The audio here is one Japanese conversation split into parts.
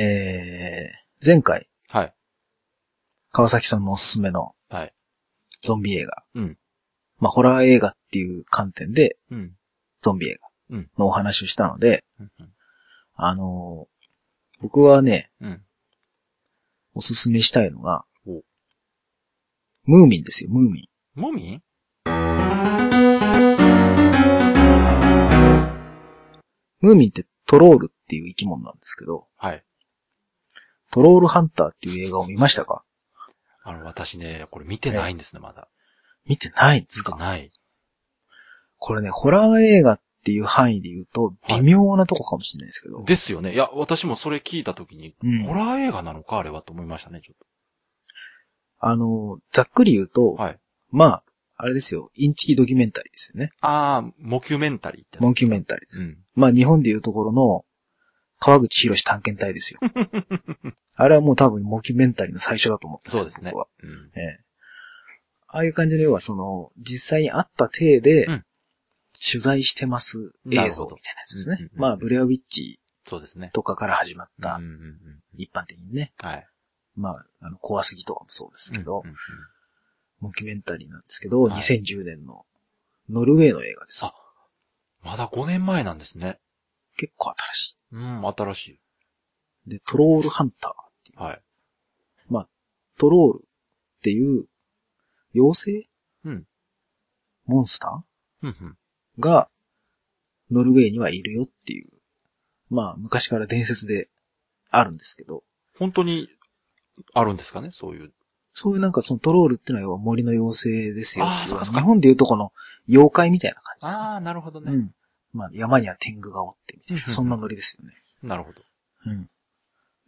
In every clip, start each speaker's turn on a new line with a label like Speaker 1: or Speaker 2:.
Speaker 1: えー、前回、
Speaker 2: はい。
Speaker 1: 川崎さんのおすすめの
Speaker 2: はい。
Speaker 1: ゾンビ映画。
Speaker 2: うん
Speaker 1: まあ、ホラー映画っていう観点で、
Speaker 2: うん。
Speaker 1: ゾンビ映
Speaker 2: う
Speaker 1: 画
Speaker 2: ん
Speaker 1: のお話をしたので、
Speaker 2: うん
Speaker 1: あのー僕はね、
Speaker 2: うん。
Speaker 1: おすすめしたいのが
Speaker 2: お、
Speaker 1: ムーミンですよ、ムーミン。
Speaker 2: モミン
Speaker 1: ムーミンってトロールっていう生き物なんですけど、
Speaker 2: はい。
Speaker 1: トロールハンターっていう映画を見ましたか
Speaker 2: あの、私ね、これ見てないんですね、まだ。
Speaker 1: 見てないんです
Speaker 2: 見て
Speaker 1: か
Speaker 2: ない。
Speaker 1: これね、ホラー映画っていう範囲で言うと、
Speaker 2: はい
Speaker 1: 微妙なとこかもしれないですけど、
Speaker 2: ですよね。いや、私もそれ聞いたときに、
Speaker 1: うん
Speaker 2: ホラー映画なのか、あれはと思いましたね、ちょっ
Speaker 1: あの、ざっくり言うと、
Speaker 2: と。はい。
Speaker 1: まあ、あれですよ、インチキドキュメンタリーですよね。
Speaker 2: あー、モキュメンタリーってやつ。
Speaker 1: モンキュメンタリーです。
Speaker 2: うん。
Speaker 1: まあ、日本で言うところの、川口博士探検隊 ですよ。あれはもう多分モキュメンタリーの最初だと思って
Speaker 2: そうですね
Speaker 1: 僕は。
Speaker 2: うん。
Speaker 1: ええ。ああいう感じの要はその、実際にあった体で
Speaker 2: うん、
Speaker 1: 取材してます
Speaker 2: な
Speaker 1: 映
Speaker 2: る
Speaker 1: 像
Speaker 2: ほ
Speaker 1: みた
Speaker 2: ど
Speaker 1: いなやつですね
Speaker 2: うんうん。うん
Speaker 1: まあ、ブレアウィッチ
Speaker 2: そうですね。
Speaker 1: とかから始まっ
Speaker 2: うんう
Speaker 1: た
Speaker 2: ん、うん。
Speaker 1: 一般的にね。
Speaker 2: はい。
Speaker 1: まあ、あの、怖すぎとかもそうですけど
Speaker 2: うん、うんうん
Speaker 1: モキュメンタリーなんですけど、
Speaker 2: はい
Speaker 1: 2010年のノルウェーの映画です
Speaker 2: あ。まだ5年前なんですね。
Speaker 1: 結構新し
Speaker 2: うん、新しい。
Speaker 1: い。で、トロールハンターっていう、
Speaker 2: はい。
Speaker 1: トロールっていう、妖精
Speaker 2: うん
Speaker 1: モンスター
Speaker 2: うん、うん。
Speaker 1: が、ノルウェーにはいるよっていう、まあ、昔から伝説であるんですけど、
Speaker 2: 本当に、あるんですかね、そういう。
Speaker 1: そういうなんかそのトロールってのは要は森の妖精ですよ。
Speaker 2: あーそっかそっ
Speaker 1: 日
Speaker 2: か
Speaker 1: 本でいうとこの妖怪みたいな感じですね、
Speaker 2: あー、なるほど
Speaker 1: う。ん。まあ、山には天狗がおってみたい
Speaker 2: うん
Speaker 1: な、そんなノリですよね。
Speaker 2: なるほど。
Speaker 1: うん。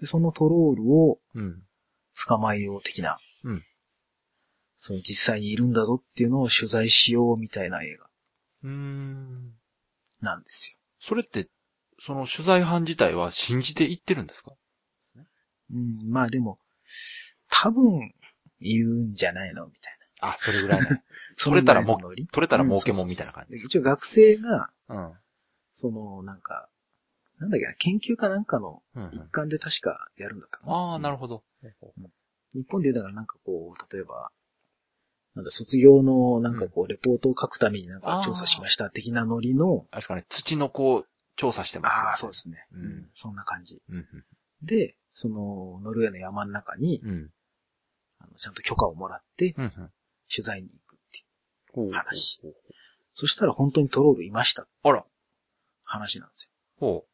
Speaker 1: で、そのトロールを
Speaker 2: うん。
Speaker 1: 捕まえよう的な、
Speaker 2: うん。
Speaker 1: その実際にいるんだぞっていうのを取材しようみたいな映画
Speaker 2: うーん。
Speaker 1: なんですよ。
Speaker 2: それって、その取材班自体は信じていってるんですか
Speaker 1: うん、まあでも、多分、言うんじゃないのみたいな。
Speaker 2: あ、それぐらいな。
Speaker 1: そ
Speaker 2: 取れたらも
Speaker 1: う、取
Speaker 2: 取れたら儲けもんみたいな感じ。
Speaker 1: じ。一応学生が、
Speaker 2: うん。
Speaker 1: その、なんか、なんだっけな、研究かなんかの
Speaker 2: うんう
Speaker 1: 一
Speaker 2: ん。
Speaker 1: 環で確かやるんだったかな。
Speaker 2: ああ、なる
Speaker 1: ほ
Speaker 2: ほど。
Speaker 1: ど。日本で言うだからなんかこう、例えば、なんだ、卒業のなんかこう、レポートを書くためになん
Speaker 2: あ
Speaker 1: か
Speaker 2: ー
Speaker 1: 調査しました的なノリの、
Speaker 2: あれですかね、土の子を調査してます、
Speaker 1: ああ、そうで。すね。
Speaker 2: うん
Speaker 1: うんそんな感じ。
Speaker 2: うん
Speaker 1: で、その、ノルウェーの山の中に、
Speaker 2: うん。うん。
Speaker 1: あのちゃんと許可をもらって、
Speaker 2: うんうん。
Speaker 1: 取材に行くっていう。
Speaker 2: ほう
Speaker 1: 話そしたら本当にトロールいましたって
Speaker 2: あら。
Speaker 1: 話なんですよ
Speaker 2: ほ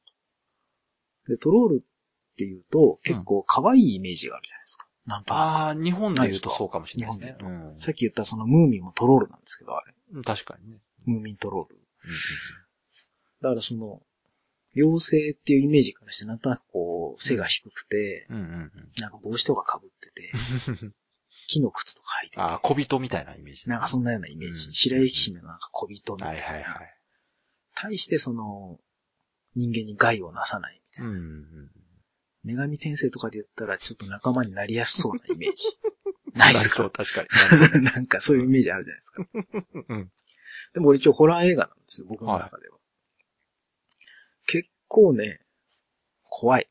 Speaker 1: で、トロールっていうと、結構可愛いイメージがあるじゃないですか。なん
Speaker 2: う。
Speaker 1: とな
Speaker 2: ああ、日本で言うとそうかもしれないですね
Speaker 1: 日。
Speaker 2: う
Speaker 1: く。さっき言ったそのムーミンもトロールなんですけど、あれ。
Speaker 2: ん。確かにね。
Speaker 1: ムーミントロール。
Speaker 2: うん
Speaker 1: だからその、妖精っていうイメージからして、なんとなくこう、背が低くて、
Speaker 2: うんうんうんうん。
Speaker 1: なんか帽子とか被ってて、 木の靴とか履いて
Speaker 2: ああ、小人みたいなイメージ。
Speaker 1: て、なんかそんなようなイメー
Speaker 2: う
Speaker 1: ジ。
Speaker 2: ん
Speaker 1: 白雪姫のなんか小人みた
Speaker 2: はいい
Speaker 1: な。
Speaker 2: はいはい。
Speaker 1: 対してその、人間に害をなさないみたいな。
Speaker 2: うんうん うん。
Speaker 1: 女神転生とかで言ったら、ちょっと仲間になりやすそうなイメー ジ。ないですか
Speaker 2: そう、確 かに。
Speaker 1: なんかそういうイメージあるじゃないですか。
Speaker 2: うん
Speaker 1: でも俺一応ホラー映画なんですよ、僕の中では。結構ね、怖い。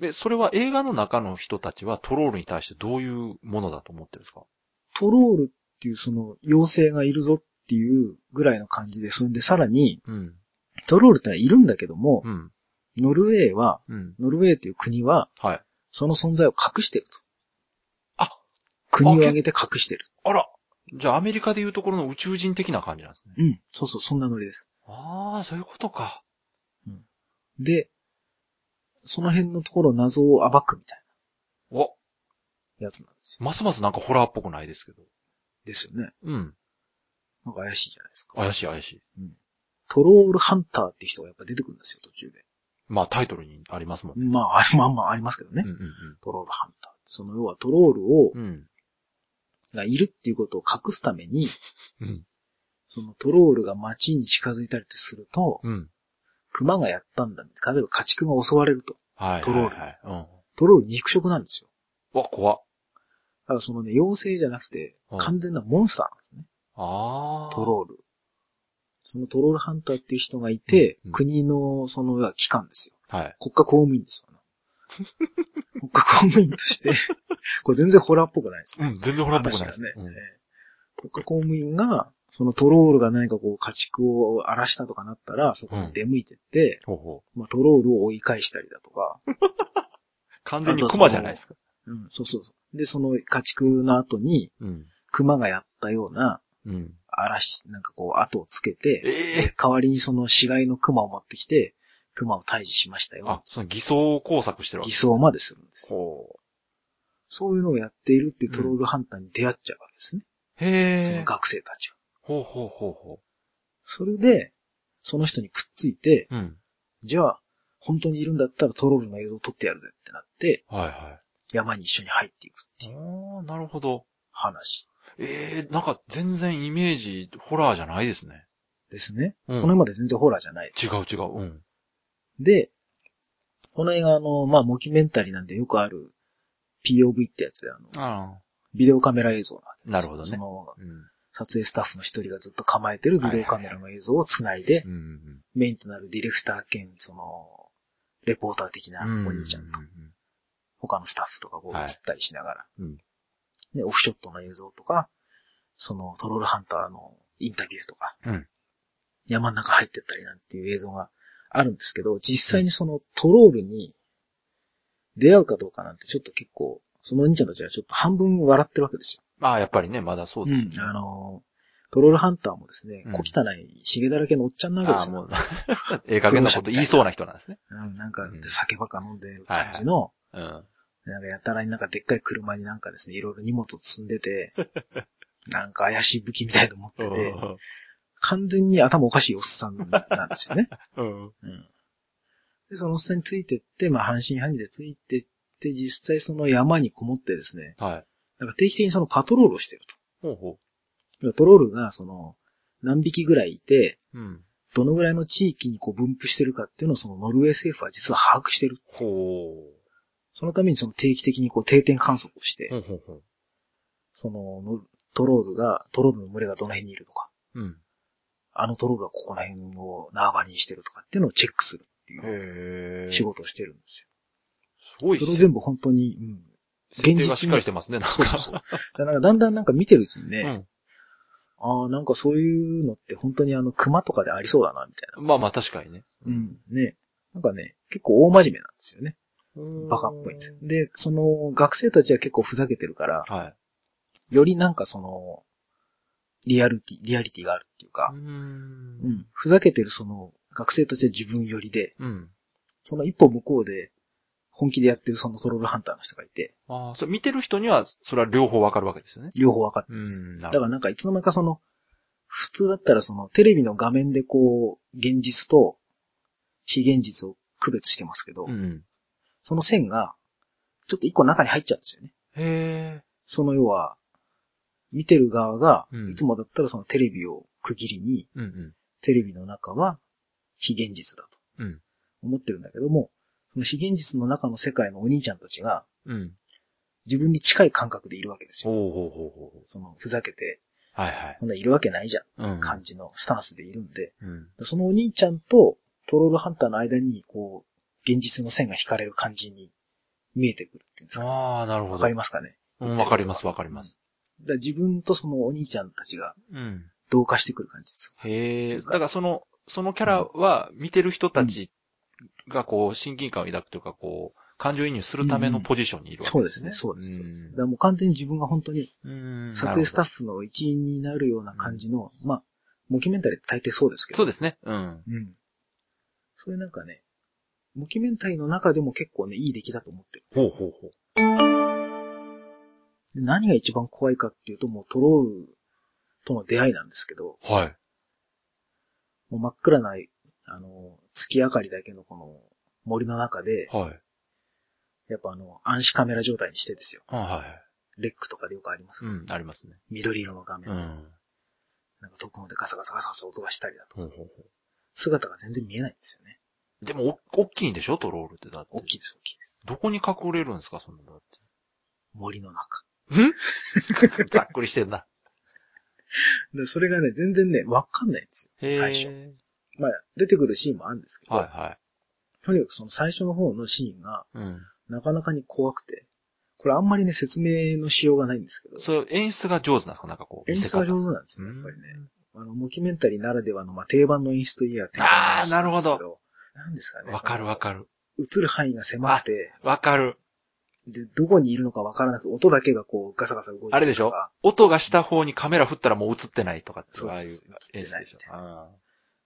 Speaker 2: え、それは映画の中の人たちはトロールに対してどういうものだと思ってるんですか
Speaker 1: トロールっていうその妖精がいるぞっていうぐらいの感じで、それでさらに、
Speaker 2: うん。
Speaker 1: トロールってのはいるんだけども、
Speaker 2: うん。
Speaker 1: ノルウェーは、
Speaker 2: うん。
Speaker 1: ノルウェーっていう国は、
Speaker 2: はい。
Speaker 1: その存在を隠してると。
Speaker 2: あ
Speaker 1: 国を挙げて隠してる。
Speaker 2: あらじゃあアメリカでいうところの宇宙人的な感じなんですね。
Speaker 1: うん。そうそう、そんなノリです。
Speaker 2: ああ、そういうことか。
Speaker 1: で、その辺のところを謎を暴くみたい
Speaker 2: お、
Speaker 1: なやつなんですよ。
Speaker 2: ますますなんかホラーっぽくないですけど。
Speaker 1: ですよね。
Speaker 2: うん。
Speaker 1: なんか怪しいじゃないですか。
Speaker 2: 怪しい怪しい。
Speaker 1: トロールハンターって人がやっぱ出てくるんですよ、途中で。
Speaker 2: まあタイトルにありますもんね。
Speaker 1: まあ、あれまあまあありますけどね。
Speaker 2: うん
Speaker 1: トロールハンター。その要はトロールを
Speaker 2: うんう、ん。うん。
Speaker 1: がいるっていうことを隠すために、
Speaker 2: うん。
Speaker 1: そのトロールが街に近づいたりすると、
Speaker 2: うん。
Speaker 1: 熊がやったんだ。例えば家畜が襲われると。
Speaker 2: はい。
Speaker 1: トロール
Speaker 2: はいはい。うん。
Speaker 1: トロール肉食なんですよ。
Speaker 2: うわ、怖っ。
Speaker 1: だからそのね、妖精じゃなくて
Speaker 2: う、ん
Speaker 1: 完全なモンスターなんですね。
Speaker 2: ああ。
Speaker 1: トロール。そのトロールハンターっていう人がいて
Speaker 2: うんう、ん
Speaker 1: 国のその要は機関ですよ。
Speaker 2: ール。はい。
Speaker 1: 国家公務員ですよ。 国家公務員と して、これ全然ホラーっぽくないですね。
Speaker 2: うん、全然ホラーっぽくないです
Speaker 1: 話がね、
Speaker 2: うん
Speaker 1: ええ国家公務員が、そのトロールが何かこう家畜を荒らしたとかなったら、そこに出向いてって、
Speaker 2: ほうほう。
Speaker 1: まあ、トロールを追い返したりだとか、
Speaker 2: 完全に熊じゃないですか。
Speaker 1: うん、そうそうそう。で、その家畜の後に、
Speaker 2: うん。
Speaker 1: 熊がやったような、
Speaker 2: うん。
Speaker 1: 嵐、なんかこう、後をつけて、
Speaker 2: ええ
Speaker 1: 代わりにその死骸の熊を持ってきて、熊を退治しました
Speaker 2: あ
Speaker 1: よ。、
Speaker 2: その偽装工作してるわけ
Speaker 1: 偽。装までするんですよ。
Speaker 2: ほ
Speaker 1: そういうのをやっているっていうトロールハンターに出会っちゃうわけですね。
Speaker 2: う。
Speaker 1: その
Speaker 2: へえ。
Speaker 1: 学生たちは。
Speaker 2: ほうほうほうほ
Speaker 1: それで、その人にくっついて、
Speaker 2: う。うん。
Speaker 1: じゃあ、本当にいるんだったらトロールの映像を撮ってやるぜってなって、
Speaker 2: はいは
Speaker 1: 山に一緒に入っていくって
Speaker 2: い。
Speaker 1: いう
Speaker 2: おー、なるほど。
Speaker 1: 話
Speaker 2: ええなんか全然イメージ、ホラーじゃないですね。
Speaker 1: ですね。
Speaker 2: うん。
Speaker 1: この絵まで全然ホラーじゃない。
Speaker 2: 違う違う。うん。
Speaker 1: で、この映画、あの、まあ、モキュメンタリーなんでよくある POV ってやつで、あの、
Speaker 2: ああ。
Speaker 1: ビデオカメラ映像なんですよ
Speaker 2: なるほどね
Speaker 1: その、
Speaker 2: うん。
Speaker 1: 撮影スタッフの一人がずっと構えてるビデオカメラの映像をつないで
Speaker 2: う、んうん。
Speaker 1: メインとなるディレクター兼、その、レポーター的な
Speaker 2: うん。
Speaker 1: お兄ちゃんと
Speaker 2: う、ん
Speaker 1: 他のスタッフとかこう映ったりしながら、
Speaker 2: うん
Speaker 1: で、オフショットの映像とか、その、トロールハンターのインタビューとか、
Speaker 2: うん
Speaker 1: 山の中入ってったりなんていう映像があるんですけど、実際にそのトロールに出会うかどうかなんてちょっと結構、そのお兄ちゃんたちはちょっと半分笑ってるわけですよ。
Speaker 2: ああ、やっぱりね、まだそうですよね。
Speaker 1: あの、トロールハンターもですね
Speaker 2: うん、
Speaker 1: 小汚い、ひげだらけのおっちゃんなわけで
Speaker 2: ああ、
Speaker 1: すよ。
Speaker 2: もう、 ええ加減なこと言いそうな人なんですね。
Speaker 1: うん、なんか
Speaker 2: うん、
Speaker 1: 酒ばっか飲んでる感じの、
Speaker 2: うん。
Speaker 1: なんかやたらになんかでっかい車になんかですね、いろいろ荷物を積んで て、なんか怪しい武器みたいの持ってて、完全に頭おかしいおっさんなんですよ ね。
Speaker 2: うん。
Speaker 1: うん、で、そのおっさんについてって、まあ半信半疑でついてって、実際その山にこもってですね、
Speaker 2: はい。
Speaker 1: なんか定期的にそのパトロールをしてる
Speaker 2: ほうほ
Speaker 1: と。トロールがその何匹ぐらいいて、
Speaker 2: う。うん。
Speaker 1: どのぐらいの地域にこう分布してるかっていうのをそのノルウェー政府は実は把握してる。
Speaker 2: ほ
Speaker 1: そのためにその定期的にこう定点観測をして、
Speaker 2: う。ほうほうほ
Speaker 1: その、のトロールが、トロールの群れがどの辺にいるとか、
Speaker 2: う。うん。
Speaker 1: あのトロールはここら辺を縄張りにしてるとかっていうのをチェックするっていう
Speaker 2: へえ。
Speaker 1: 仕。事をしてるんです
Speaker 2: すご
Speaker 1: よ。
Speaker 2: い
Speaker 1: それ
Speaker 2: で
Speaker 1: を
Speaker 2: すね。
Speaker 1: 全部本当に、うん。
Speaker 2: 設定がしっかりしてますね、なん
Speaker 1: そう
Speaker 2: か。
Speaker 1: そうそう。 だからなんかだんだんなんか見てるうちにね、
Speaker 2: うん
Speaker 1: ああ、なんかそういうのって本当にあの熊とかでありそうだな、みたいな。
Speaker 2: まあまあ確かにね。
Speaker 1: うん。ね。なんかね、結構大真面目なんですよね。
Speaker 2: うん
Speaker 1: バカっぽいんですよ。で、その学生たちは結構ふざけてるから、
Speaker 2: はい。
Speaker 1: よりなんかその、リアルティ、リアリティがあるっていうか、
Speaker 2: うーん
Speaker 1: うん。ふざけてるその学生たちは自分寄りで、
Speaker 2: うん。
Speaker 1: その一歩向こうで本気でやってるそのトロールハンターの人がいて、
Speaker 2: ああ、それ見てる人には、それは両方わかるわけですよね。
Speaker 1: 両方分かって
Speaker 2: う
Speaker 1: るんですよ。
Speaker 2: ん。な
Speaker 1: だ
Speaker 2: る
Speaker 1: か
Speaker 2: ほ
Speaker 1: らなんかいつの間にかその、普通だったらそのテレビの画面でこう、現実と非現実を区別してますけど、
Speaker 2: ど。うん。
Speaker 1: その線がちょっと一個中に入っちゃうんですよね。
Speaker 2: へえ。
Speaker 1: その要は、見てる側が
Speaker 2: うん
Speaker 1: いつもだったらそのテレビを区切りに、
Speaker 2: うんうん。
Speaker 1: テレビの中は非現実だと。
Speaker 2: うん。
Speaker 1: 思ってるんだけども、その非現実の中の世界のお兄ちゃんたちが
Speaker 2: うん。
Speaker 1: 自分に近い感覚でいるわけです
Speaker 2: ほう
Speaker 1: よ。
Speaker 2: ほうほうほうほ
Speaker 1: そのふざけて、
Speaker 2: う。はいはい。
Speaker 1: こんないるわけないじゃ
Speaker 2: うん
Speaker 1: ん、感じのスタンスでいるんで、
Speaker 2: うん。
Speaker 1: そのお兄ちゃんとトロールハンターの間に、こう、現実の線が引かれる感じに見えてくるっていうんですか。
Speaker 2: ああ、なるほど。
Speaker 1: わかりますかね。
Speaker 2: うんわかります、わかります。
Speaker 1: だから自分とそのお兄ちゃんたちが
Speaker 2: うん。
Speaker 1: 同化してくる感じです。
Speaker 2: へえ、だからその、そのキャラは見てる人たちがこう、親近感を抱くというか、こう、感情移入するためのポジションにいるわけ
Speaker 1: そう
Speaker 2: で
Speaker 1: ですす
Speaker 2: ね。
Speaker 1: ね、そうです。そうですだか
Speaker 2: う
Speaker 1: らもう完全に自分が本当に
Speaker 2: ん。
Speaker 1: 撮影スタッ
Speaker 2: フ。
Speaker 1: フの一員になるような感じの、まあ、モキュメンタリーって大抵そうですけど
Speaker 2: そう、ですね。うん。
Speaker 1: うん。そういうなんかね、モキュメンタリーの中でも結構ね、いい出来だと思ってる。
Speaker 2: ほうほうほう。
Speaker 1: で何が一番怖いかっていうと、もうトロールとの出会いなんですけど、
Speaker 2: はい。
Speaker 1: もう真っ暗な、あの、月明かりだけのこの森の中で、
Speaker 2: はい。
Speaker 1: やっぱあの、暗視カメラ状態にしてですよ。
Speaker 2: あはい。
Speaker 1: レックとかでよくあります。
Speaker 2: うん、ありますね。
Speaker 1: 緑色の画面。
Speaker 2: うん。
Speaker 1: なんか遠くのでガサガサガサガサ音がしたりだと。
Speaker 2: ほうほうほ
Speaker 1: 姿が全然見えないんですよね。
Speaker 2: う。でも、お、大きいんでしょトロールってだって。
Speaker 1: 大きいです、大きいです。
Speaker 2: どこに隠れるんですかそんなのだっ
Speaker 1: 森の中。
Speaker 2: て。ざっくりしてんな。
Speaker 1: で、それがね、全然ね、わかんないんですよ。最初。
Speaker 2: 初。
Speaker 1: まあ、出てくるシーンもあるんですけど、
Speaker 2: はいは
Speaker 1: とにかくその最初の方のシーンが、
Speaker 2: い。うん。
Speaker 1: なかなかに怖くて。これあんまりね、説明のしようがないんですけど。
Speaker 2: それ演出が上手なんですかなんかこう。
Speaker 1: 演出が上手なんです
Speaker 2: 手
Speaker 1: よ、
Speaker 2: な
Speaker 1: やっ
Speaker 2: ん
Speaker 1: ぱ
Speaker 2: で
Speaker 1: りね。
Speaker 2: ね。
Speaker 1: あの、モキュメンタリーならではの、まあ、定番の演出といえば定番の演出んですけ
Speaker 2: あーなるほ
Speaker 1: ど。なんですかね。
Speaker 2: わかるわかる。
Speaker 1: 映る範囲が狭くて、
Speaker 2: わかる。
Speaker 1: で、どこにいるのかわからなくて、音だけがこう、ガサガサ動いてるとか
Speaker 2: あれでしょ音がした方にカメラ振ったらもう映ってないとかって、
Speaker 1: そう
Speaker 2: ああ
Speaker 1: そう
Speaker 2: いう
Speaker 1: そう
Speaker 2: 演出でしょ
Speaker 1: 映って。
Speaker 2: あ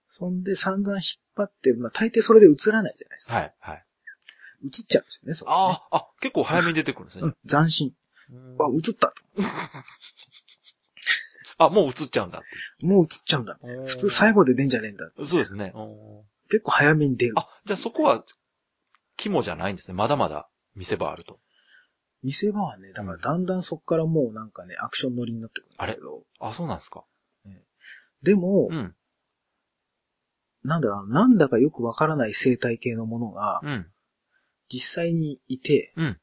Speaker 1: そんで散々引っ張って、まあ、大抵それで映らないじゃないです
Speaker 2: ー
Speaker 1: か。
Speaker 2: はい、はい。
Speaker 1: 映っちゃうんですよね、そこね
Speaker 2: ああ、あ、結構早めに出てくるんです
Speaker 1: う
Speaker 2: ね
Speaker 1: ん。、斬新。
Speaker 2: うん
Speaker 1: あ、映った。
Speaker 2: あ、もう映っちゃうんだっ
Speaker 1: もう映っちゃうんだ。
Speaker 2: てい う。
Speaker 1: 普通最後で出んじゃねえんだ。
Speaker 2: そうですね。うん
Speaker 1: 結構早めに出る。
Speaker 2: あ、じゃあそこは、肝じゃないんですね。まだまだ見せ場あると。
Speaker 1: 見せ場はね、だからだんだんそこからもうなんかね、アクション乗りになってくるんですけど。
Speaker 2: あ、そうなんですか。
Speaker 1: でも、
Speaker 2: うん。
Speaker 1: なんだろうな、なんだかよくわからない生態系のものが、
Speaker 2: うん。
Speaker 1: 実際にいて、
Speaker 2: うん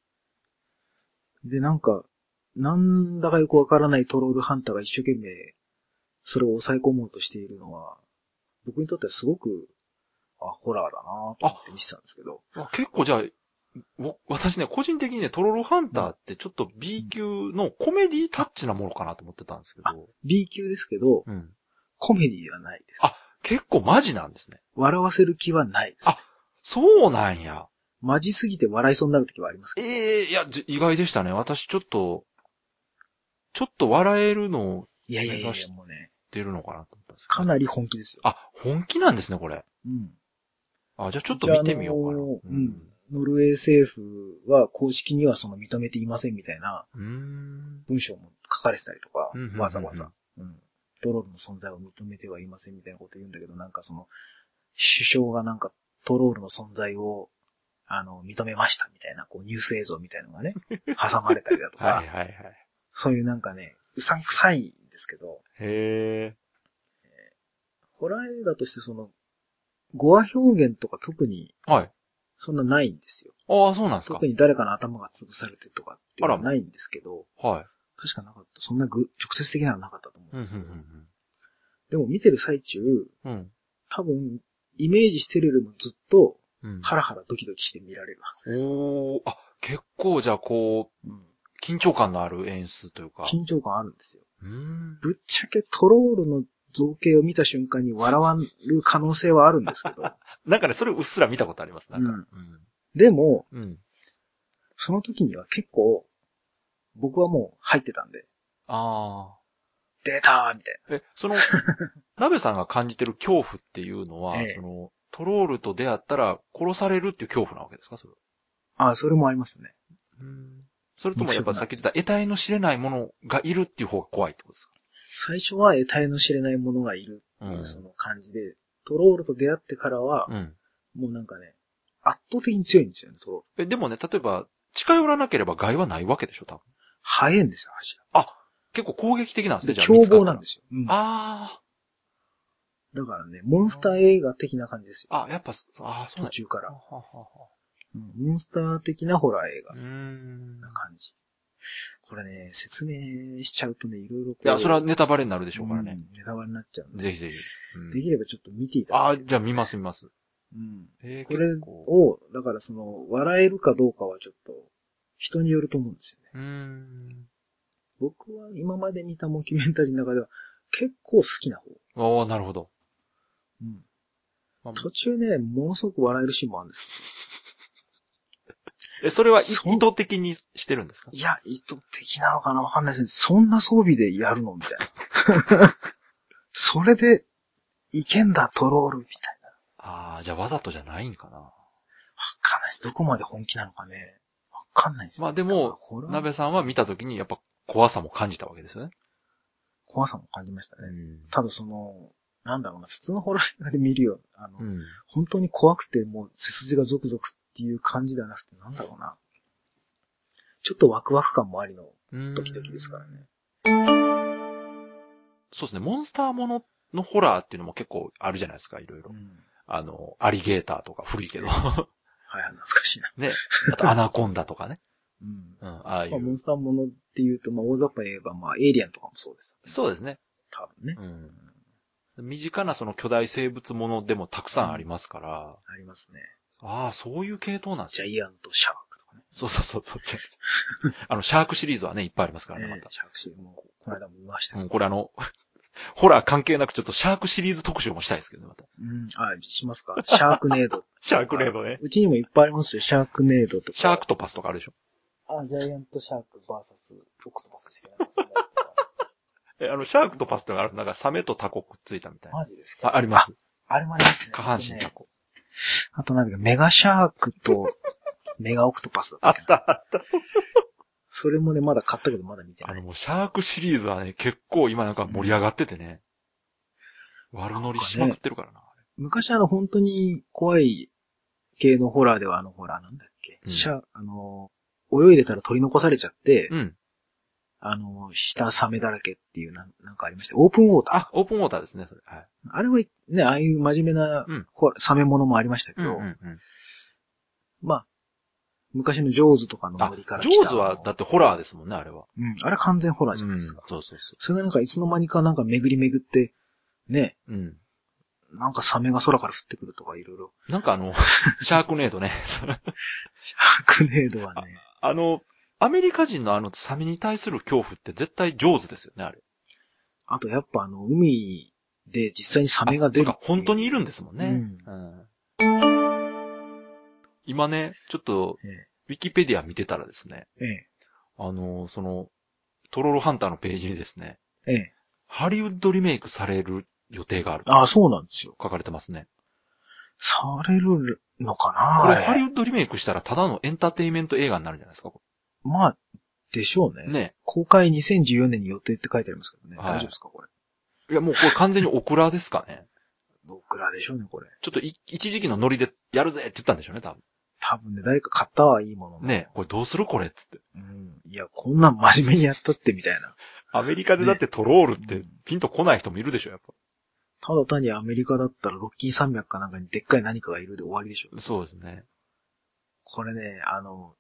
Speaker 1: で、なんか、なんだかよくわからないトロールハンターが一生懸命、それを抑え込もうとしているのは、僕にとってはすごく、あ、ホラーだなぁと思って見てたんですけど、
Speaker 2: あ結構じゃあ、わ私ね、個人的にね、トロロハンターってちょっと B 級のコメディタッチなものかなと思ってたんですけど、
Speaker 1: B 級ですけど、
Speaker 2: うん。
Speaker 1: コメディはないです。
Speaker 2: あ結構マジなんですね。
Speaker 1: 笑わせる気はないです。
Speaker 2: あそうなんや。
Speaker 1: マジすぎて笑いそうになる時はありますけど、
Speaker 2: ええいや、じ意外でしたね。私ちょっと、ちょっと笑えるのを
Speaker 1: いやいやいや
Speaker 2: 目
Speaker 1: い
Speaker 2: 指
Speaker 1: や、
Speaker 2: し
Speaker 1: もうね、
Speaker 2: 出るのかなと思ったんですけ
Speaker 1: か
Speaker 2: ど。
Speaker 1: なり本気ですよ。
Speaker 2: あ、本気なんですね、これ。
Speaker 1: うん。
Speaker 2: あ、じゃあちょっと見てみようかな。
Speaker 1: あのーうん。ノルウェー政府は公式にはその認めていませんみたいな
Speaker 2: うん。うーん。
Speaker 1: 文章も書かれてたりとか
Speaker 2: うんうんうんう、ん
Speaker 1: わざわざ。うん。トロールの存在を認めてはいませんみたいなこと言うんだけど、なんかその、首相がなんかトロールの存在を、あの、認めましたみたいな、こう、ニュース映像みたいのが ね、挟まれたりだとか、
Speaker 2: はいはいはい。
Speaker 1: そういうなんかね、うさんくさいんですけど、
Speaker 2: へえ。
Speaker 1: ホラー映画としてその、語話表現とか特に
Speaker 2: はい。
Speaker 1: そんなないんですよ。
Speaker 2: ああ、そうなんですか
Speaker 1: 特。に誰かの頭が潰されてとかっていうのは
Speaker 2: あら
Speaker 1: ないんですけど、
Speaker 2: はい。
Speaker 1: 確かなかった。そんなぐ直接的なのはなかったと思う
Speaker 2: うんん、う
Speaker 1: ですけど。
Speaker 2: ん、
Speaker 1: でも見てる最中、
Speaker 2: うん。うん。
Speaker 1: 多分、イメージしてるよりもずっと
Speaker 2: うん。
Speaker 1: ハラハラドキドキして見られるはずです。
Speaker 2: おー、あ、結構じゃあこ
Speaker 1: うん
Speaker 2: う、緊張感のある演出というか。
Speaker 1: 緊張感あるんですよ。
Speaker 2: うーん。
Speaker 1: ぶっちゃけトロールの造形を見た瞬間に笑わる可能性はあるんですけど、
Speaker 2: なんかね、それうっすら見たことあります、なんか。
Speaker 1: でも、
Speaker 2: うん。うん。
Speaker 1: その時には結構、僕はもう入ってたんで、
Speaker 2: あ
Speaker 1: 出たーみたいな。
Speaker 2: あ。え、 その、鍋さんが感じてる恐怖っていうのは、
Speaker 1: ええ
Speaker 2: その、トロールと出会ったら殺されるっていう恐怖なわけですかそれ。
Speaker 1: ああ、それもありますね。
Speaker 2: うん。それともやっぱさっき言った得体の知れないものがいるっていう方が怖いってことですか
Speaker 1: 最初は得体の知れないものがいるっていうその感じで、トロールと出会ってからは、
Speaker 2: うん。
Speaker 1: もうなんかね、圧倒的に強いんですよね、トロール。
Speaker 2: え、でもね、例えば、近寄らなければ害はないわけでしょ、多分。
Speaker 1: 早いんですよ、足
Speaker 2: 結構攻撃的なんですね、
Speaker 1: が。で、
Speaker 2: じゃあ。。
Speaker 1: 凶暴なんですすよ。うんだ
Speaker 2: あ
Speaker 1: からね、モンスター映画的な感じですよ。
Speaker 2: あ。あ、やっぱ、ああ、そう
Speaker 1: 途
Speaker 2: なん
Speaker 1: 中から、
Speaker 2: はははは
Speaker 1: うんモンスター的なホラー映画
Speaker 2: うーん。
Speaker 1: な感じ。これね、説明しちゃうとね、いろいろこう
Speaker 2: いや、それはネタバレになるでしょうから
Speaker 1: う
Speaker 2: ね。
Speaker 1: んネタバレになっちゃうんで。
Speaker 2: ぜひぜひ。うん
Speaker 1: できればちょっと見ていた
Speaker 2: あ
Speaker 1: だ
Speaker 2: あ、
Speaker 1: きたい。
Speaker 2: じゃあ見ます見ます。
Speaker 1: うん。
Speaker 2: えー、
Speaker 1: これ
Speaker 2: 結構。
Speaker 1: を、だからその、笑えるかどうかはちょっと、人によると思うんですよね。
Speaker 2: うーん。
Speaker 1: 僕は今まで見たモキュメンタリーの中では結構好きな方。
Speaker 2: おー、なるほど。
Speaker 1: うん
Speaker 2: まあ
Speaker 1: 途中ね、ものすごく笑えるシーンもあるんです
Speaker 2: え、それはい意
Speaker 1: そう
Speaker 2: 図的にしてるんですか
Speaker 1: けど。いや、意図的なのかなわかんないですね。そんな装備でやるのみたいな。 それで、いけんだ、トロール、みたいな。わ
Speaker 2: ああ、じゃあわざとじゃないんかな。
Speaker 1: かんないです。どこまで本気なのかね。わかんないですよ。
Speaker 2: まあでも
Speaker 1: ホラー
Speaker 2: 鍋さんは見たときにやっぱ怖さも感じたわけですよね。
Speaker 1: 怖さも感じましたね。
Speaker 2: ん
Speaker 1: ただその、なんだろうな、普通のホラー映画で見るよ。あの、
Speaker 2: うん。
Speaker 1: 本当に怖くてもう背筋がゾクゾクっていう感じではなくて、なんだろうな。ちょっとワクワク感もありの
Speaker 2: うん
Speaker 1: ドキドキですからね。
Speaker 2: そうですね。モンスターもののホラーっていうのも結構あるじゃないですか、いろいろ。あの、アリゲーターとか古い けど。
Speaker 1: はい、懐かしいな。
Speaker 2: ね。あと、アナコンダとかね。
Speaker 1: うん。
Speaker 2: うん、ああい
Speaker 1: まあ、モ
Speaker 2: う
Speaker 1: ン。スターものっていうと、まあ、大雑把に言えば、まあ、エイリアンとかもそうです。
Speaker 2: そうですね。
Speaker 1: 多分ね。
Speaker 2: うん。身近なその巨大生物ものでもたくさんありますから、
Speaker 1: ありますね。
Speaker 2: ああ、そういう系統なんです
Speaker 1: ジャ
Speaker 2: よ。
Speaker 1: イアントシャークとかね。
Speaker 2: そうそうそうそう。あの、シャークシリーズはね、いっぱいありますからね、ま
Speaker 1: ええ
Speaker 2: た。
Speaker 1: シャークシーも、この間も見ました
Speaker 2: う
Speaker 1: け
Speaker 2: ん、
Speaker 1: ど。
Speaker 2: これあの、 ホラー関係なくちょっとシャークシリーズ特集もしたいですけどね、また。
Speaker 1: うん。あ、しますか。シャークネー ド。
Speaker 2: シャークレードね。
Speaker 1: うちにもいっぱいありますよ。シャークネードとか。
Speaker 2: シャークトパスとかあるでしょ。
Speaker 1: あ、ジャイアントシャークバーサス、オクトパスしかない。
Speaker 2: え、あの、シャークトパスってのがあるなんかサメとタコくっついたみたいな。
Speaker 1: マジですか
Speaker 2: あ、あります。
Speaker 1: あれもありますね。
Speaker 2: 下半身タコ。
Speaker 1: あとなんか、メガシャークと、 メガオクトパスだった
Speaker 2: あっ
Speaker 1: っけな
Speaker 2: た、あった。
Speaker 1: それもね、まだ買ったけどまだ見てな
Speaker 2: あ
Speaker 1: い。
Speaker 2: のもう、シャークシリーズはね、結構今なんか盛り上がっててね。悪乗りしまくってるからな。
Speaker 1: 昔あの、本当に怖い系のホラーではあの、ホラーなんだっけ、
Speaker 2: うん
Speaker 1: シャーあの、泳いでたら取り残されちゃって、
Speaker 2: うん。
Speaker 1: あの、下サメだらけっていうなん、なんかありました。オープンウォーター。
Speaker 2: あ、オープンウォーターですね、それ。はい。
Speaker 1: あれは、ね、ああいう真面目な
Speaker 2: うん
Speaker 1: ホラー、サメものもありましたけ
Speaker 2: うん
Speaker 1: ど、
Speaker 2: うんうん。
Speaker 1: まあ、昔のジョーズとかの
Speaker 2: あ、
Speaker 1: 森
Speaker 2: ジ
Speaker 1: から。
Speaker 2: ョーズはだっててホラーですもんね、あれは。
Speaker 1: うん、あれは完全ホラーじゃ
Speaker 2: う
Speaker 1: ない
Speaker 2: ん。
Speaker 1: です
Speaker 2: そ
Speaker 1: か。
Speaker 2: うそうそ
Speaker 1: それがなんかいつの間にかなんか巡り巡って、ね、
Speaker 2: う。うん。
Speaker 1: なんかサメが空から降ってくるとかいろいろ。
Speaker 2: なんかあの、 シャークネードね。
Speaker 1: シャークネードはね、
Speaker 2: あの、アメリカ人のあのサメに対する恐怖って絶対上手ですよね、あれ。
Speaker 1: あとやっぱあの、海で実際にサメが出る
Speaker 2: あそうか本当にいるんですもんね。
Speaker 1: う
Speaker 2: うん今ね、ちょっと
Speaker 1: え、
Speaker 2: ウィキペディア見てたらですね、
Speaker 1: ええ、
Speaker 2: あの、その、トロロハンターのページにですね、
Speaker 1: ええ。
Speaker 2: ハリウッドリメイクされる予定がある。
Speaker 1: ああ、そうなんですよ。
Speaker 2: 書かれてますね。
Speaker 1: されるのかな
Speaker 2: これ、ハリ
Speaker 1: ウ
Speaker 2: ウッドリメイクしたらただのエンターテインメント映画になるんじゃないですかこ
Speaker 1: まあ、でしょうね。
Speaker 2: れね。
Speaker 1: 公開2014年に予定って書いてありますけどね。
Speaker 2: はい
Speaker 1: 大丈夫ですかこれ。
Speaker 2: いや、もうこれ完全にオクラですかね。
Speaker 1: 僕らでしょうね、これ。
Speaker 2: ちょっとい一時期のノリでやるぜって言ったんでしょうね、多分。
Speaker 1: 多分ね、誰か買ったはいいものの。
Speaker 2: ねこれどうするこれっつって。
Speaker 1: うん。いや、こんなん真面目にやったってみたいな。
Speaker 2: アメリカでだってトロールっ
Speaker 1: ねう
Speaker 2: て
Speaker 1: ん
Speaker 2: ピンとこない人もいるでしょ、やっぱ。
Speaker 1: ただ単にアメリカだったらロッキー山脈かなんかにでっかい何かがいるで終わりでしょ。
Speaker 2: そうですね。
Speaker 1: これね、あの、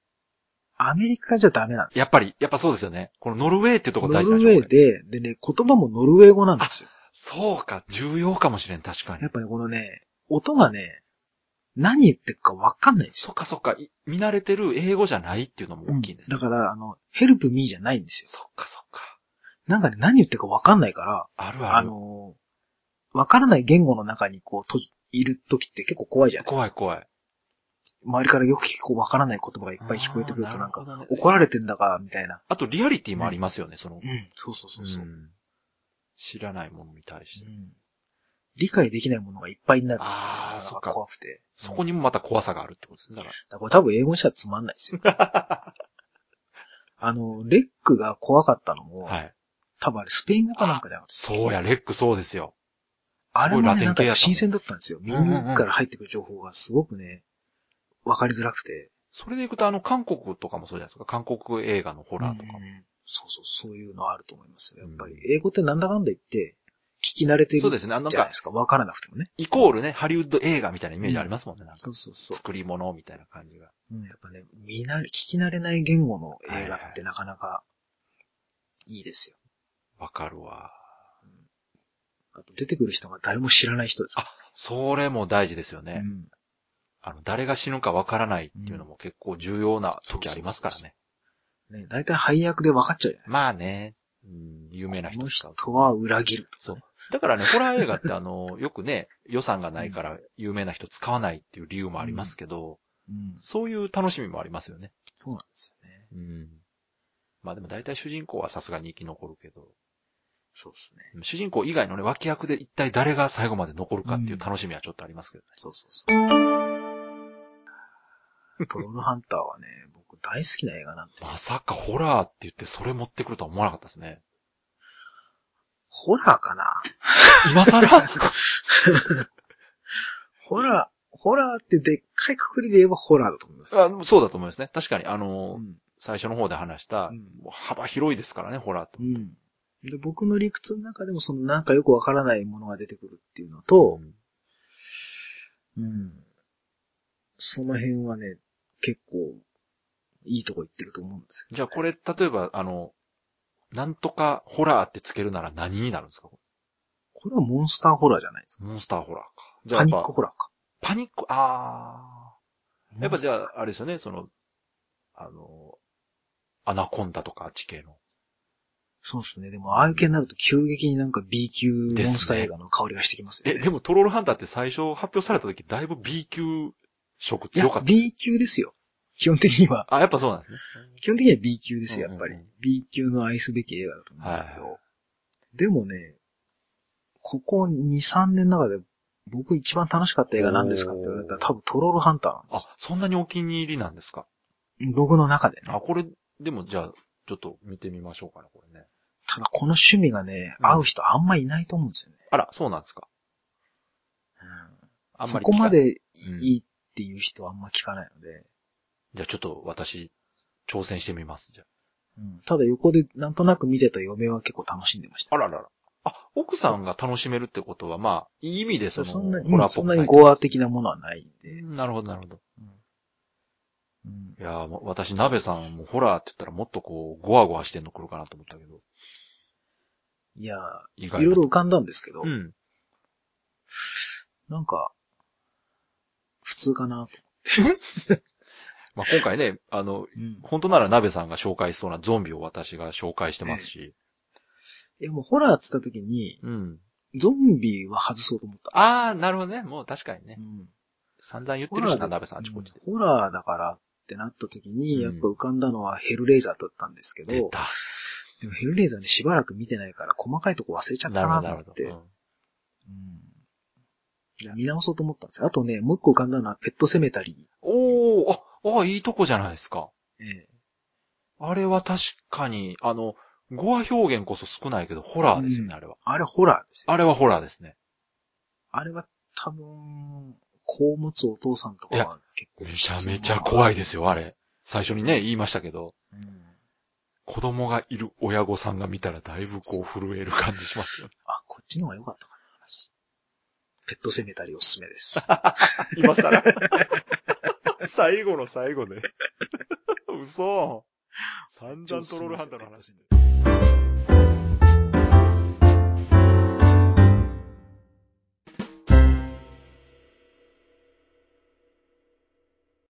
Speaker 1: アメリカじゃダメなんですよ
Speaker 2: やっぱり、やっぱそうですよね。このノルウェーってとこ
Speaker 1: ノ
Speaker 2: 大事な
Speaker 1: ル
Speaker 2: ん
Speaker 1: ウ
Speaker 2: でしょ
Speaker 1: ェー
Speaker 2: これ
Speaker 1: で、でね、言葉もノルウェー語なんですよ。
Speaker 2: そうか、重要かもしれん、確かに
Speaker 1: やっ。ぱね、このね、音がね、何言ってるかわかんないんです
Speaker 2: そ
Speaker 1: よ。
Speaker 2: っかそっか、い見慣れてる英語じゃないっていうのも大きいんですね。
Speaker 1: だから、あの、help me じゃないんですよ。
Speaker 2: そっかそっか。
Speaker 1: なんかね、何言ってるかわかんないから、
Speaker 2: あるあ
Speaker 1: あ
Speaker 2: る。
Speaker 1: のー、わからない言語の中にこう、と、いる時って結構怖いじゃないですか。
Speaker 2: 怖い怖い。
Speaker 1: 周りからよく聞くわからない言葉がいっぱい聞こえてくるとなん
Speaker 2: あ
Speaker 1: か
Speaker 2: ー、なるほどね
Speaker 1: 怒られてんだか、みたいな。
Speaker 2: あとリアリティもありますよね、その
Speaker 1: う。ん、そうそうそうそう、
Speaker 2: ん知らないものに対して。
Speaker 1: うん理解できないものがいっぱいになる。
Speaker 2: あー
Speaker 1: なん
Speaker 2: そっか
Speaker 1: 怖くて。
Speaker 2: そこにもまた怖さがあるってことですね。だか
Speaker 1: だからこれ多分英語にしたらつまんないです よ。あの、レックが怖かったのも、
Speaker 2: ら。はい。
Speaker 1: 多分あれスペイン語かなんかじゃなくて、
Speaker 2: そうや、レックそうですよ。
Speaker 1: あれも
Speaker 2: すごいラ
Speaker 1: ね、
Speaker 2: テ
Speaker 1: な
Speaker 2: ン
Speaker 1: ん
Speaker 2: 系やったもん
Speaker 1: か新鮮だったんですよ。
Speaker 2: んうんうん
Speaker 1: 耳から入ってくる情報がすごくね、わかりづらくて。
Speaker 2: それでいくと、あの、韓国とかもそうじゃないですか。韓国映画のホラーとかも。
Speaker 1: うんそうそう、そういうのはあると思いますよ。やっぱり
Speaker 2: うん、
Speaker 1: 英語ってなんだかんだ言って、聞き慣れてるじ
Speaker 2: そ
Speaker 1: ゃ
Speaker 2: うですね。あのなん
Speaker 1: ない
Speaker 2: か
Speaker 1: で、すか。わからなくてもね。
Speaker 2: イコールね、ハリウッド映画みたいなイメージありますもんね。なんか
Speaker 1: そうそうそう。
Speaker 2: 作り物みたいな感じが。
Speaker 1: うん、やっぱね、見なれ、聞き慣れない言語の映画
Speaker 2: は
Speaker 1: っ
Speaker 2: いは
Speaker 1: てなかなかいいですよ。
Speaker 2: わかるわ。
Speaker 1: あと出てくる人が誰も知らない人ですか
Speaker 2: それも大事ですよ
Speaker 1: ら
Speaker 2: ね。
Speaker 1: ね。
Speaker 2: あの、誰が死ぬかわからないっていうのも結構重要な時ありますから
Speaker 1: うん
Speaker 2: ね。
Speaker 1: ね、大体配役で分かっちゃうじゃない
Speaker 2: まあね、うん、有名な
Speaker 1: こ
Speaker 2: 人
Speaker 1: の
Speaker 2: 使う。
Speaker 1: 人は裏切るとかね。
Speaker 2: だからね、ホラー映画ってあの、 よくね、予算がないから有名な人使わないっていう理由もありますけど、
Speaker 1: うん。
Speaker 2: そういう楽しみもありますよね。
Speaker 1: そうなんですよね。
Speaker 2: うん。まあでも大体主人公はさすがに生き残るけど、
Speaker 1: そうですね。
Speaker 2: 主人公以外のね、脇役で一体誰が最後まで残るかっていう楽しみはちょっとありますけどね。
Speaker 1: そうそうそ う。トロールハンターはね、僕大好きな映画なんで。
Speaker 2: まさかホラーって言ってそれ持ってくるとは思わなかったですね。
Speaker 1: ホラーかな
Speaker 2: 今 更
Speaker 1: ホラー、ホラーってでっかいくくりで言えばホラーだと思います。
Speaker 2: あそうだと思いますね。確かに、あ
Speaker 1: う
Speaker 2: の、
Speaker 1: ん。
Speaker 2: 最初の方で話した、
Speaker 1: うん
Speaker 2: もう幅広いですからね、ホラーと
Speaker 1: う。ん。で、僕の理屈の中でもそのなんかよくわからないものが出てくるっていうのと
Speaker 2: う、ん
Speaker 1: うん。その辺はね、結構、いいとこ行ってると思うんですよ。
Speaker 2: じゃあこれ、例えば、あの、なんとかホラーってつけるなら何になるんですか
Speaker 1: これはモンスターホラーじゃないですか。
Speaker 2: モンスターホラーか。じゃ
Speaker 1: パ
Speaker 2: あやっ
Speaker 1: ニ
Speaker 2: ぱ
Speaker 1: ック、ホラーか。
Speaker 2: パニック、あー。やっぱじゃあ、あれですよね、その、あの、アナコンダとかあっち系の。
Speaker 1: そうですね。でも、ああいう系になると急激になんか B 級モンスター映画の香りがしてきますよ
Speaker 2: え、
Speaker 1: ね。
Speaker 2: でもトロールハンターって最初発表された時だいぶ B 級色
Speaker 1: いや
Speaker 2: 強か、った。
Speaker 1: B 級ですよ。基本的には。
Speaker 2: あ、やっぱそうなんですね。
Speaker 1: 基本的には B 級ですよ、
Speaker 2: うん
Speaker 1: や
Speaker 2: う
Speaker 1: っ
Speaker 2: ん
Speaker 1: ぱ
Speaker 2: うん
Speaker 1: り。B 級の愛すべき映画だと思うんですけど。
Speaker 2: は
Speaker 1: でもね、ここ2、3年の中で僕一番楽しかった映画何ですかって言われたら
Speaker 2: おー
Speaker 1: 多分トロールハンターなんで
Speaker 2: あ、そんなにお気に入りなんですか。
Speaker 1: す。僕の中でね。
Speaker 2: あ、これ、でもじゃあ、ちょっと見てみましょうかね、これね。
Speaker 1: ただこの趣味がね、
Speaker 2: うん
Speaker 1: 合う人あんまいないと思うんですよね。
Speaker 2: あら、そうなんですか。あんま
Speaker 1: そ
Speaker 2: り
Speaker 1: こま
Speaker 2: 聞か。
Speaker 1: でい
Speaker 2: うん
Speaker 1: いっていう人はあんま聞かないので。
Speaker 2: じゃあちょっと私、挑戦してみます、じゃ
Speaker 1: うんただ横でなんとなく見てた嫁は結構楽しんでました。
Speaker 2: あ。あららら。あ、奥さんが楽しめるってことは、まあ、いい意味でその、
Speaker 1: そんなに、
Speaker 2: ホ
Speaker 1: う
Speaker 2: ラ
Speaker 1: ん
Speaker 2: ーっぽ
Speaker 1: そ
Speaker 2: く
Speaker 1: んな
Speaker 2: な
Speaker 1: いにゴア的なものはないんで。
Speaker 2: なるほど、なるほど。
Speaker 1: うん
Speaker 2: いやーもう私、鍋さんもホラーって言ったらもっとこう、ゴワゴワしてんの来るかなと思ったけど、
Speaker 1: いや
Speaker 2: 意
Speaker 1: ー、
Speaker 2: 外
Speaker 1: いろい
Speaker 2: だと
Speaker 1: ろ浮かんだんですけど、
Speaker 2: うん。
Speaker 1: なんか、普通かなと。
Speaker 2: まあ、今回ね、あの、本当なら鍋さんが紹介しそうなゾンビを私が紹介してますし。
Speaker 1: いや、もうホラーって言った時に、
Speaker 2: うん。
Speaker 1: ゾンビは外そうと思った。
Speaker 2: あー、なるほどね。もう確かにね
Speaker 1: う。ん
Speaker 2: 散々言ってるし
Speaker 1: ほら
Speaker 2: な、鍋さんあちこちで。
Speaker 1: ホラーだからってなった時に、やっ
Speaker 2: うん
Speaker 1: ぱ浮かんだのはヘルレイザーだったんですけど、
Speaker 2: 出た。
Speaker 1: でもヘルレイザーね、しばらく見てないから細かいとこ忘れちゃった
Speaker 2: なるほ
Speaker 1: な
Speaker 2: ど、
Speaker 1: と
Speaker 2: な
Speaker 1: 思
Speaker 2: る
Speaker 1: っ
Speaker 2: ほ
Speaker 1: て、
Speaker 2: ど。
Speaker 1: う
Speaker 2: うんん
Speaker 1: いや見直そうと思ったんですよ。あとね、もう一個浮かんだのはペットセメタリ
Speaker 2: おー、あ、あー、いいとこじゃないですか。
Speaker 1: ー。ええ
Speaker 2: あれは確かに、あの、語話表現こそ少ないけど、ホラーですよね、
Speaker 1: うん
Speaker 2: あれは。
Speaker 1: あれホラーですよ。
Speaker 2: あれはホラーですね。
Speaker 1: あれは多分、子を持つお父さんとか
Speaker 2: い
Speaker 1: は結構
Speaker 2: めちゃめちゃ怖いですよ、あれ。最初にね、言いましたけど、
Speaker 1: うん
Speaker 2: 子供がいる親御さんが見たらだいぶこう震える感じしますよ。
Speaker 1: あ、こっちの方が良かったかな、話。ペットセメタリーおすすめです。
Speaker 2: 今更。 最後の最後で。嘘。
Speaker 1: 々
Speaker 2: 散
Speaker 1: トロールハンターの話
Speaker 2: で。